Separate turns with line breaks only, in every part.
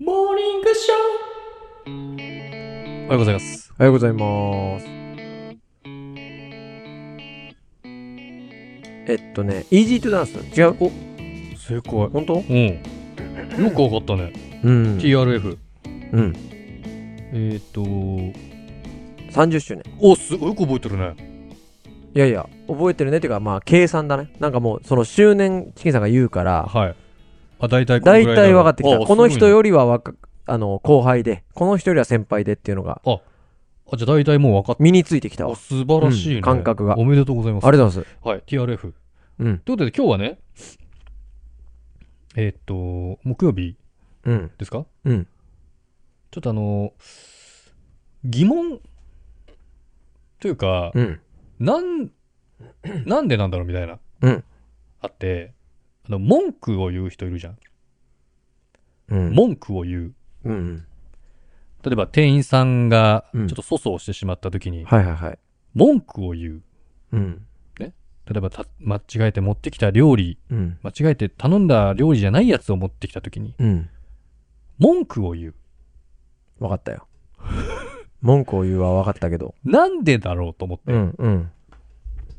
ーニングショ
お
ー
はようございます。
おはようございますえっとねイージートダンス違うお
正解。
本当
うん。よくわかったね。
うん
TRF。
うん
えーっと、
30周年
お、すごいよく覚えてるね。
いやいや覚えてるねっていうかまあ計算だねなんかもうその周年チキンさんが言うから
はい。あ、大体この
大
ぐらいだ
体分かってきた
あ
この人。
す
よりは若くあの後輩でこの人よりは先輩でっていうのが
ごいねあ、じゃあ大体もう分かっ
身についてきた
た。お
わ
素晴らしいね。
うん感覚が
おめでとうございます。
ありがとうございます
はい、TRF。
うん
ということで、今日はね、えーっと、木曜日
うん
ですか
うん
ちょっとあの、疑問というか、
うん
なん、なんでなんだろうみたいな。
うん
あって、あの、文句を言う人いるじゃん。
うん
文句を言う。
うん
例えば、店員さんが、ち
う
ょ
ん
っと粗相してしまった時に、
はいはいはい
文句を言う。
うん
例えばた、間違えて持ってきた料理、
うん
間違えて頼んだ料理じゃないやつを持ってきた時に、
うん
文句を言う。
分かった よ文句を言うは分かったけど
なんでだろうと思って。
うんうん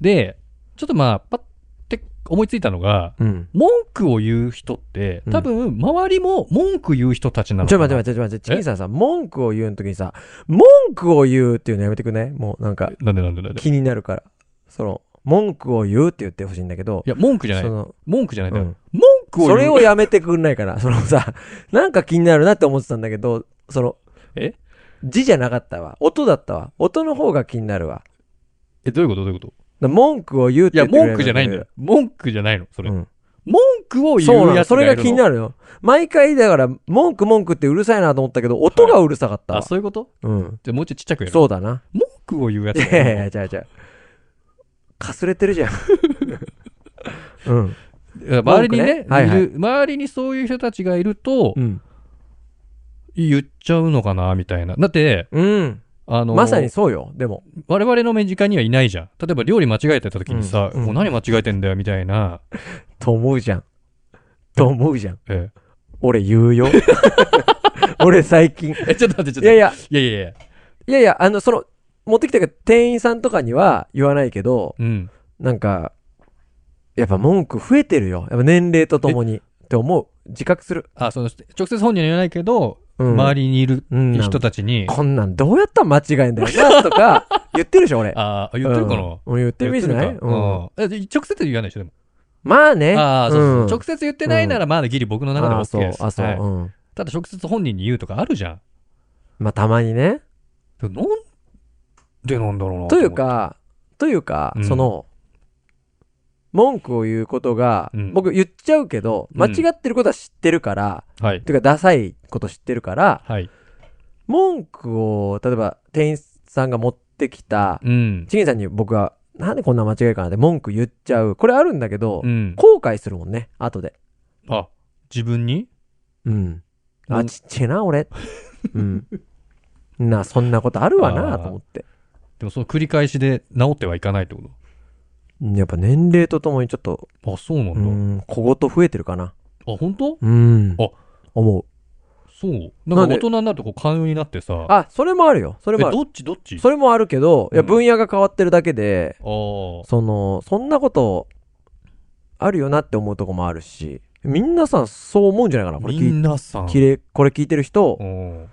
で、ちょっとまあ、パッて思いついたのが、
うん
文句を言う人って、多分、周りも文句言う人たちなの
ち
か
ょ
な。
待って待って待ってチキンさんさ文句を言うの時にさ文句を言うっていうのやめてくねもうなんか
なんでなんでなんで。い
気になるからその文句を言うって言ってほしいんだけど
や、文句じゃない
そ。の
文句じゃないんだよ。
うん
文句を言う。
それをやめてくんないから、そのさ、なんか気になるなって思ってたんだけど、その、
え
字じゃなかったわ。音だったわ。音の方が気になるわ。
え、どういうことどういうこと
だ文句を言うって
い
言
や、文
ってくれ
句じゃないんだよ。文句じゃないの、それ。
うん
文句を言
そうな
う
の。
やつ
そ
がい
れ
るの。
が気になるよ。毎回だから、文句文句ってうるさいなと思ったけど、音がうるさかったわ。
あ、そういうこと
うん。
じゃあもうちょいちっちゃくやる。
そうだな。
文句を言うやつ
い
が
や
いる
いやいや、じゃあじゃあ。かすれてるじゃん。うん。
いや周りに
文
ね
句ねはいはい
いる、周りにそういう人たちがいると、
うん。
言っちゃうのかな、みたいな。だって、
うん。
あの、
まさにそうよ。でも。
我々の身近にはいないじゃん。例えば料理間違えてた時にさ、
うんうん
もう何間違えてんだよ、みたいな。
と思うじゃん。と思うじゃん。
え
俺言 うよ。俺最近。い
え、えちょっと待って、ちょっと待って。
やいや、
いやいやいや。
いやいや、あの、その、持ってきたけど、店員さんとかには言わないけど、
うん。
なんか、やっぱ文句増えてるよ。やっぱ年齢とともに。って思う。自覚する。
あ、その、直接本人には言わないけど、
うん
周りにいる
うんなん
人たちに、
こんなんどうやったら間違えんだよな、とか、言ってるでしょ、俺。
ああ、言ってるかな、
うんうん言ってるじゃない
言ってる
う
かうん
ん。
え直接言わないでしょ、でも。
まあね。
ああ、そうそうそう
直
直接言ってないなら、まだギリ僕の中では OK です。
あ、そう。
は
あ、
い
そう。うん。
ただ、直接本人に言うとかあるじゃん。
まあ、たまにね。
でもなんでなんだろうな。
という、か、というか、
うん
その、文句を言うことが、
うん
僕言っちゃうけど、
うん
間違ってることは知ってるから、
はい。
というかダサいこと知ってるから、
はい。
文句を、例えば店員さんが持ってきた、
うん。
チキンさんに僕は、なんでこんな間違えるかなって文句言っちゃう。これあるんだけど、
うん。
後悔するもんね、後で。
あ、自分に
うん。
う
あ、
ん
ちっちゃい な、俺。うん。な、そんなことあるわな、
あー
と思って。
でも、その繰り返しで治ってはいかないってこ
うんやっぱ年齢とともにちょっと、
とあ、そうなん
う
だ。
ん、小言増えてるかな。
あ、本当
うん。
あ
思う。
そう。
な
なんん
で
か大人になると、こう、寛容になってさ、
あ、それもあるよ。そ
え、
れもある。
どっちどっちあ
それもあるけど、いや、
うん
分野が変わってるだけで、
あー。
その、そんなこと、あるよなって思うとこもあるし、みんなさ、そう思うんじゃないかな。これ
み
聞い
んなさん。
きれこれ聞いてる人
う、ん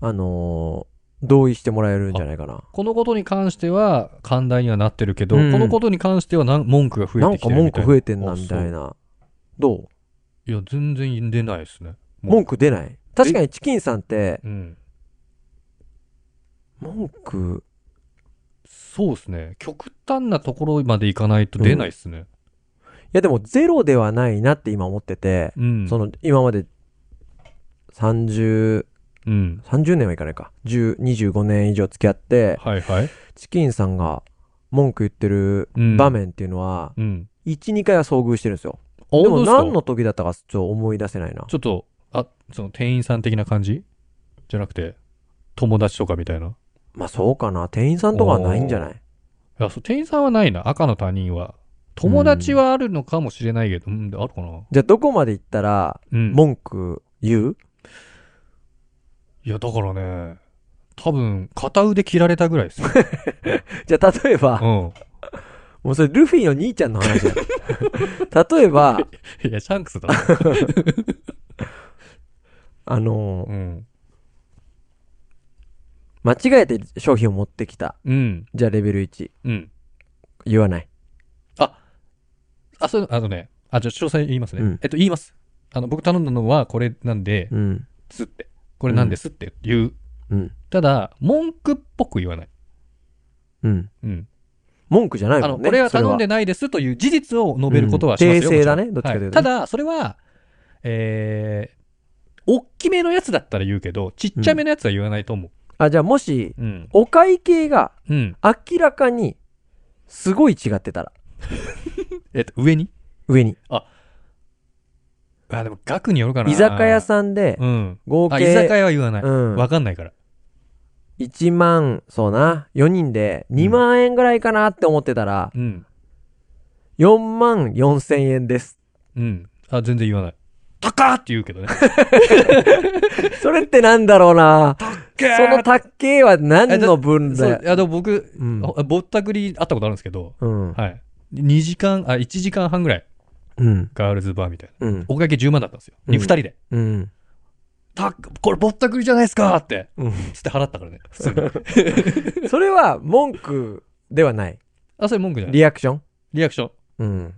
あのー同意してもらえるんじゃないかな。
このことに関しては、寛大にはなってるけど、
うん
このことに関してはなん、文句が増
な
え
ん
てき
か
てる
文
みた
句
いな。
増えてんな、
あ
みたいな。どう
いや、全然出ないですね。もう
文句出ない確かにチキンさんって、
うん。
文句、
そうですね。極端なところまでいかないと出ないですね。
いやでもゼロではないなって今思ってて、
うん。
その、今まで、30、
うん。
30年はいかないか。10、25年以上付き合って、
はいはい。
チキンさんが文句言ってる
うん
場。面っていうのは、
うん。
1、2回は遭遇してるんですよ。
あ、
で
本当
も
ですか
何の時だったかちょっと思い出せないな。
ちょっと、あ、その店員さん的な感じじゃなくて、友達とかみたいな。い
まあそうかな。店員さんとかはないんじゃない
や、そう、店員さんはないな。赤の他人は。友達はあるのかもしれないけど、うん、あるかな。
じゃあどこまで行ったら
うん。
文句言う
いや、だからね、多分、片腕切られたぐらい ですよ。
じゃあ、例えば、
う
もうそれルフィの兄ちゃんの話 だよ。例えば、
ん。いや、シャンクスだ。
あのー
うん。
間違えて商品を持ってきた。
うん。
じゃあ、レベル1。
うん。
言わない。
あ、そういうの、あのね、あ、じゃあ詳細言いますね。
うん
えっと、言います。あの、僕頼んだのはこれなんで、
うん。
すって。これなんですって言う。
うん。
ただ、文句っぽく言わない。
うん。
うん。
文句じゃない
あ
も
の、
んね。
これは
そ
頼んでないですという事実を述べることはしますよ。
うん訂正だね
もちろん
どっちかというとね
はただ、それは、えー、大きめのやつだったら言うけど、ちっちゃめのやつは言わないと思
あ、じゃあ、もし、
う。うん。
お会計が
うん。
明らかに、すごい違ってたら、
えっと、上に
上に。
あ、でも、額によるかな。
居酒屋さんで
う、ん。
合
あ、居酒
計、
屋は言わない。
うん
わかんないから。
1万、そうな、4人で、2万円ぐらいかなって思ってたら、
うん。
4万4千円です。
うん。あ、全然言わない。高っって言うけど ね。
それってなんだろ うなそのたっけーは何の分
そう
だ
いやでも僕、
うん
あぼったくり会ったことあるんですけど、
うん。
はい。2時間、あ、1時間半ぐらい、
うん。
ガールズバーみたいな。
うん。
おかげ10万だったんですよ。
うん
2人で。
うん。
たこれぼったくりじゃないですかって。
うん
つって払ったからね。普通 に。
それは文句ではない。
あ、それ文句じゃない。
リアクション
リアクション。
うん。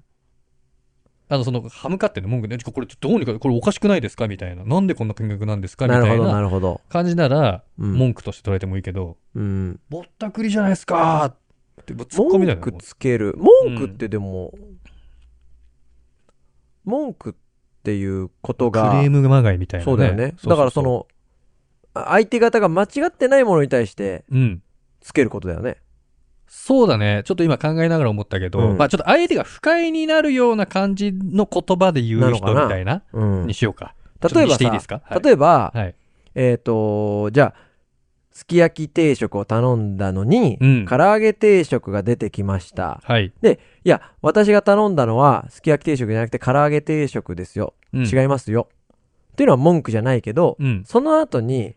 あの、その、歯向かっての文句で、ちょこれどうにか、これおかしくないですかみたいな。なんでこんな金額なんですかみ
な
た
るほ
い
ど、な
な
るほど。
感じなら、
うん
文句として捉えてもいいけど、
うん。
ぼったくりじゃないですかって、もうツッコミだよね。
文句
もう
つける。文句ってでも、文句っていうこと
ク
が、
レームまがいみたいな、ね。
そうだよね。
うう
だからそ、の、相手方が間違ってないものに対して
うん。
つけることだよね。
そうだね。ちょっと今考えながら思ったけど、
うん
まあちょっと相手が不快になるような感じの言葉で言
な
う
の
人
かな
みたいな、
うん。
にしようか。
例
ちょ
え
っとに
ば
していい
さ
ですかはい
例えば、
はい。
えっ、と、じゃあ、すき焼き定食を頼んだのに、
うん
唐揚げ定食が出てきました。
はい。
いや、私が頼んだのは、すき焼き定食じゃなくて唐揚げ定食ですよ。
うん、
違いますよ。っていうのは文句じゃないけど、
うん。
その後に、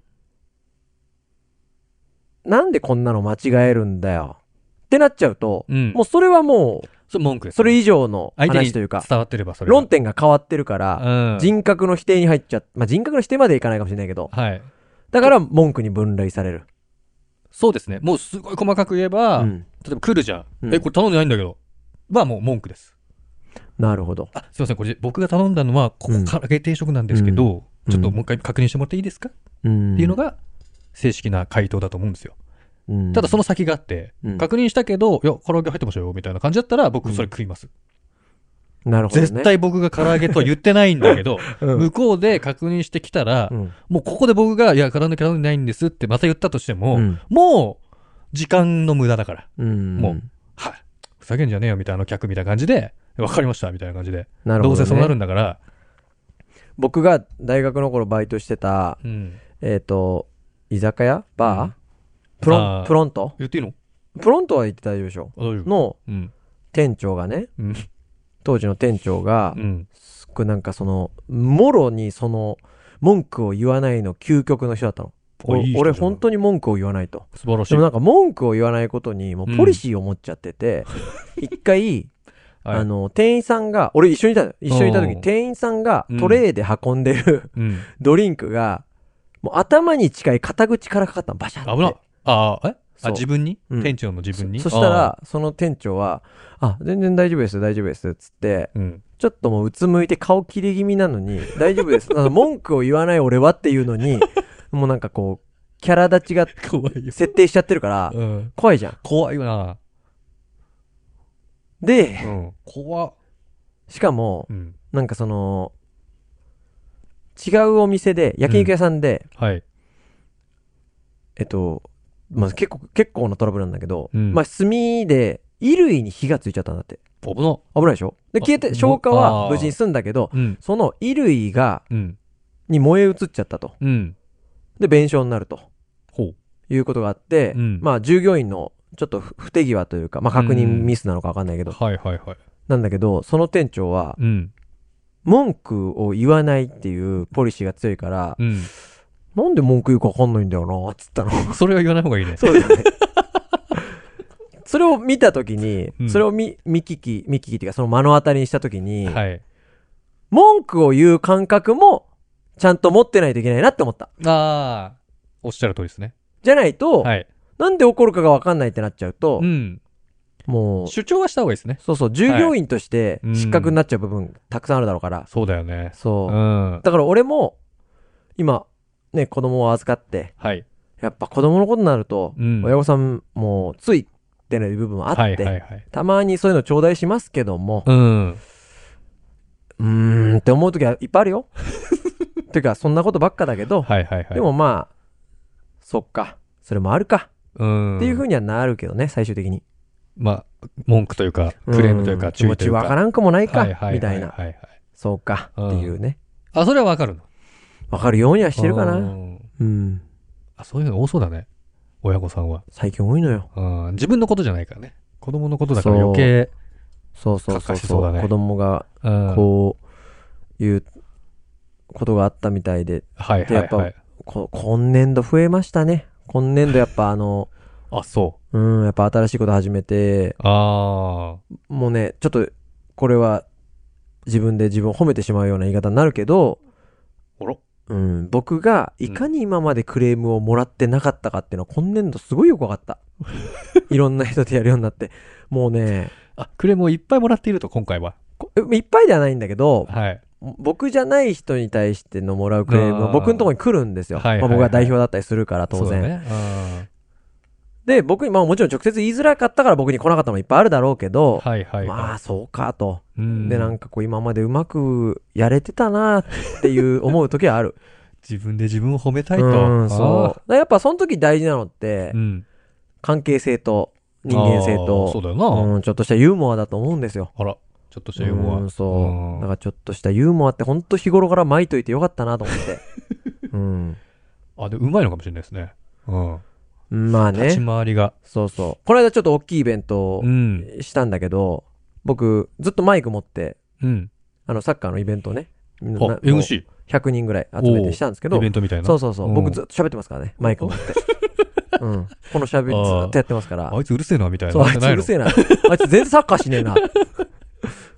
なんでこんなの間違えるんだよ。ってなっちゃうと、
うん。
もうそれはもう、
それ文句ですね、
それ以上の
相手に
話というか、
伝わってればそれが。
論点が変わってるから、
うん。
人格の否定に入っちゃまあ、人格の否定までいかないかもしれないけど、
はい。
だから文句に分類される。
そうですね。もうすごい細かく言えば、
うん
例えば来るじゃん,、
うん
え、これ頼んでないんだけど。はもう文句です。
なるほど。
あ、すいません。これ僕が頼んだのは、こ
う
こ
ん
唐揚げ定食なんですけど、
うん
ちょっともう一回確認してもらっていいですか、
うん
っていうの、が、正式な回答だと思うんですよ。
うん
ただその先があって、
うん
確認したけど、いや、唐揚げ入ってましたよ、みたいな感じだったら、僕
うん
それ食います。
なるほど、ね。
絶、対僕が唐揚げとは言ってないんだけど、
うん
向こうで確認してきたら、
うん
もうここで僕が、いや、唐揚げ頼んでないんですってまた言ったとしても、
うん
もう、時間の無駄だから、
うん
もうはい、ふざけんじゃねえよ、みたいなあの客みたいな感じで、わかりました、みたいな感じで。
なる
ど
ほど、ね。
うせそうなるんだから、
僕が大学の頃バイトしてた、
うん。
えっ、と、居酒屋バー、
うん
プ
あ
ロン、
ー
プロント
言っていいの
プロントは言って大丈夫でしょ
あ大丈夫。
の
うん。
店長がね、
うん。
当時の店長が
う、ん。
すっごいなんかその、もろにその、文句を言わないの究極の人だったの。
あいい人じゃん
お俺本当に文句を言わないと。
素晴らしい。
でもなんか文句を言わないことに、もうポリシーを持っちゃってて、 一回、
はい
あの、店員さんが、俺一緒にいたの、一緒にいた時
お
に
う
店員さんが
うん
トレイで運んでる
うん。
ドリンクが、もう頭に近い肩口からかかったの、バシャンって。
危な。ああ、え
そ
あ、
う
自分に、
うん
店長の自分に
そした、ら、その店長は、あ、全然大丈夫です、大丈夫です、つって、
あーうん。
ちょっともううつむいて顔切れ気味なのに、大丈夫です。あの文句を言わない俺はっていうのに、 もうなんかこう、キャラ立ちが
怖いよ。
設定しちゃってるから、
うん。
怖いじゃん。
怖いよな。
で、
うん。怖
しかも、
うん。
なんかその、違うお店で、焼肉屋さんで、
はい。
えっと、まあ、結構、結構なトラブルなんだけど、
うん
まあ、炭で、衣類に火がついちゃったんだって。
危な。
危ないでしょで、
あ
消えて、
も
消火は
あー
無事に済んだけど、
うん。
その衣類が、
うん。
に燃え移っちゃったと。
うん。
で、弁償になると
ほう。
いうことがあって、
うん
まあ、従業員の、ちょっと不不手際というか、まあ、確認ミスなのかわかんないけど、
はいはいはい。
なんだけど、その店長は、
うん。
文句を言わないっていうポリシーが強いから、
うん。
なんで文句言うかわかんないんだよな、つったの。
それは言わない方がいいね。
そうだよね。 それを見たときに、
うん
それを見、見聞き、見聞きっていうか、その目の当たりにしたときに、
はい。
文句を言う感覚も、ちゃんと持ってないといけないなって思った。
ああ、おっしゃる通りですね。
じゃないと、
はい。
なんで怒るかがわかんないってなっちゃうと、
うん。
もう、
主張はした方がいいですね。
そうそう、従業員として
はいうん
失格になっちゃう部分、たくさんあるだろうから、
そうだよね。
そうう。
ん。
だから俺も、今、ね、子供を預かって、
はい。
やっぱ子供のことになると、
うん
親御さんもついてない部分はあって、
はいはいはい。
たまにそういうの頂戴しますけども、
うん。
うーんって思う時はいっぱいあ るよ。てか、そんなことばっかだけど、
はいはいはい。
でもまあ、そっか、それもあるか、
うん。
っていうふうにはなるけどね、最終的に。
まあ、文句というか、クレームというか、
気
注
持
意とい
ち
うか。
わからんくもないか、
はいはい
みたい
は
な。
いはい。
そうか、
うん
っていうね。
あ、それはわかるの。
わかるようにはしてるか
う
な。
ん
うん。
あ、そういうの多そうだね。親御さんは。
最近多いのよ。
うん。自分のことじゃないからね。子供のことだから余計。
そうそう
か
そ
っか
う
し
そ
そう
う
だね
子供が
うん。
こういうことがあったみたいで、
はい
で
は
や
い
っ
はい。
こ今年度増えましたね。今年度やっぱあの、
あ、そ
うん、やっぱ新しいこと始めて、
う。あ
もうね、ちょっとこれは自分で自分を褒めてしまうような言い方になるけど、
あ。あら。
うん、僕がいかに今までクレームをもらってなかったかっていうのは今年度すごいよくわか った。いろんな人とやるようになって。もうね、
あ、クレームをいっぱいもらっていると、今回は。
こいっぱいではないんだけど、
はい。
僕じゃない人に対してのもらうクレーム
あー
は僕のところに来るんですよ。
はいはいはい
まあ、僕が代表だったりするから当
そうだ
然。
ね。うん
で、僕に、まあもちろん直接言いづらかったから僕に来なかったのもいっぱいあるだろうけど、
はいはい
ま
は
あそうかと。
い。うん
で、なんかこう今までうまくやれてたなっていう思う時は ある。
自分で自分を褒めたいと。
うん、そう。だ
あ
からやっぱその時大事なのって
ー。う、ん。
関係性と人間性
あーそう
と、
だよな。
うん、ちょっとしたユーモアだと思うんですよ。
あら、ちょっとしたユーモア。
うん、そう。だ
ん
からちょっとしたユーモアって本当日頃から巻いといてよかったなと 思って。うん。
あ、で、うまいのかもしれないですね。うん。
まあ
立
ね
ち。回りが。
そうそう。この間ちょっと大きいイベントを
うん。
したんだけど、僕、ずっとマイク持って、
うん。
あの、サッカーのイベントをね、みん
あ
なもう
MC。
100人ぐらい集めてしたんですけ
イ
ど
ベ、ントみたいな。
そうそうそうう、
ん
僕ずっと喋ってますからね、マイク持って。うん。この喋り
あー
ずっとやってますから
あ。いつうるせえな、みたいな。
そう、あ
じ
い
ゃ
つ
な
う
の
るせえな。あいつ全然サッカー しねえな。ずっ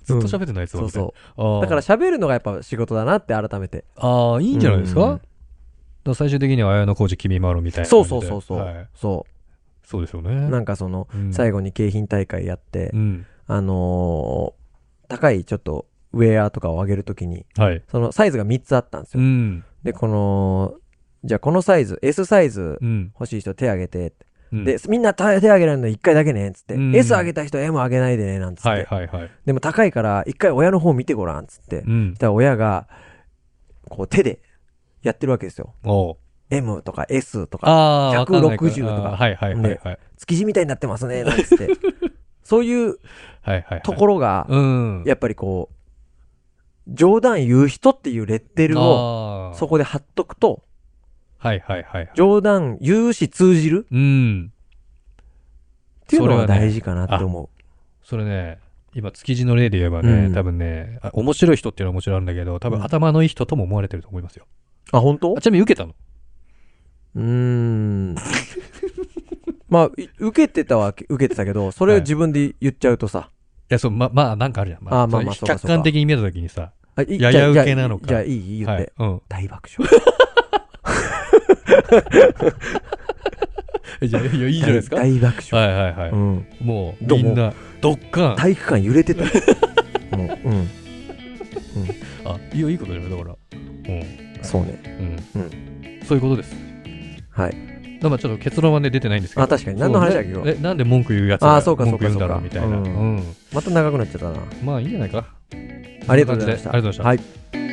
ずっと
っ
喋ってないやつ
そうそう。
う
だから、喋るのがやっぱ仕事だなって改めて。
ああ、いいんじゃないです
うん
かだから最終的には綾小路君まろみたいな
そ
感
う
じで。
そうそうそ。。
はいう
そ
そうですよ
う。な
ね。
んかその、
後。
最後に景品大会やって
う、ん。
あのー高いちょっとウェアとかを上げるときに、
はい。
そのサイズが3つあったんです
う
よ。
ん。
で、この、じゃあこのサイズ、S サイズ
うん。
欲しい人手挙げてって、
うん
で、、みんな手手挙げられるの1回だけね、つって、
うん
S 上げた人 M 上げないでね、なんつって。
はいはいはい。
でも高いから、1回親の方見てごらん、つって。
う
そ
ん
し。たら親が、こう手でやってるわけですよ。
おう
M とか S とか、
ああ、わかんないから
160とか
あーはいはいはいはい。
築地みたいになってますね、なんつ って。そういう
はいはい。
ところが、
ろ、うん。
やっぱりこう、冗談言う人っていうレッテルを、
を
そこで貼っとくと、
はいはいはい。
冗談言うし通じる
うん。
っていうのが
それはね
大事かなって思
それね、今、築地の例で言えばね、
うん
多分ね、あ面白い人っていうのはもちろんあるんだけど、多
う
分
ん
頭のいい人とも思われてると思いますよ。
う。あ、本当
あちなみに受けたの
うーん。 まあ、い受けてたは受けてたけど、それを自分で言っちゃうとさ、
いや、そう、ま、まあ、なんかあるじゃん。
あーまあまあ
そ
そうう
れ
か
客観的に見たときにさ、
あい
や
じゃあ
や受け
じゃ
な
あ
のか
じゃあいい、言っ
は
て。
いうん。
大爆笑。
えじゃあ、いや いいじゃないですか。は
大大爆笑。
いはいは
う
い。
ん、
もう、
どう
みんな、どっかん。
体育館揺れ てたよもう、うん、
あ、いいよ、いいことだよ、だから。うん。
そうね。
うん。
う
そういうことです。
はい。
だからちょっと結論はね、出てないんですけど。
あ、確かに。何の話だっけ
そう
今
ねえ、なんで文句言うやつ
あ
が
ーそうか
文句言うん
そ
だ
うか
ろう
そうか
みたいな。う
うん
ん。
また長くなっちゃったな。
まあ、いいんじゃないか。
ありがとうございました
ありがとうございました。
はい。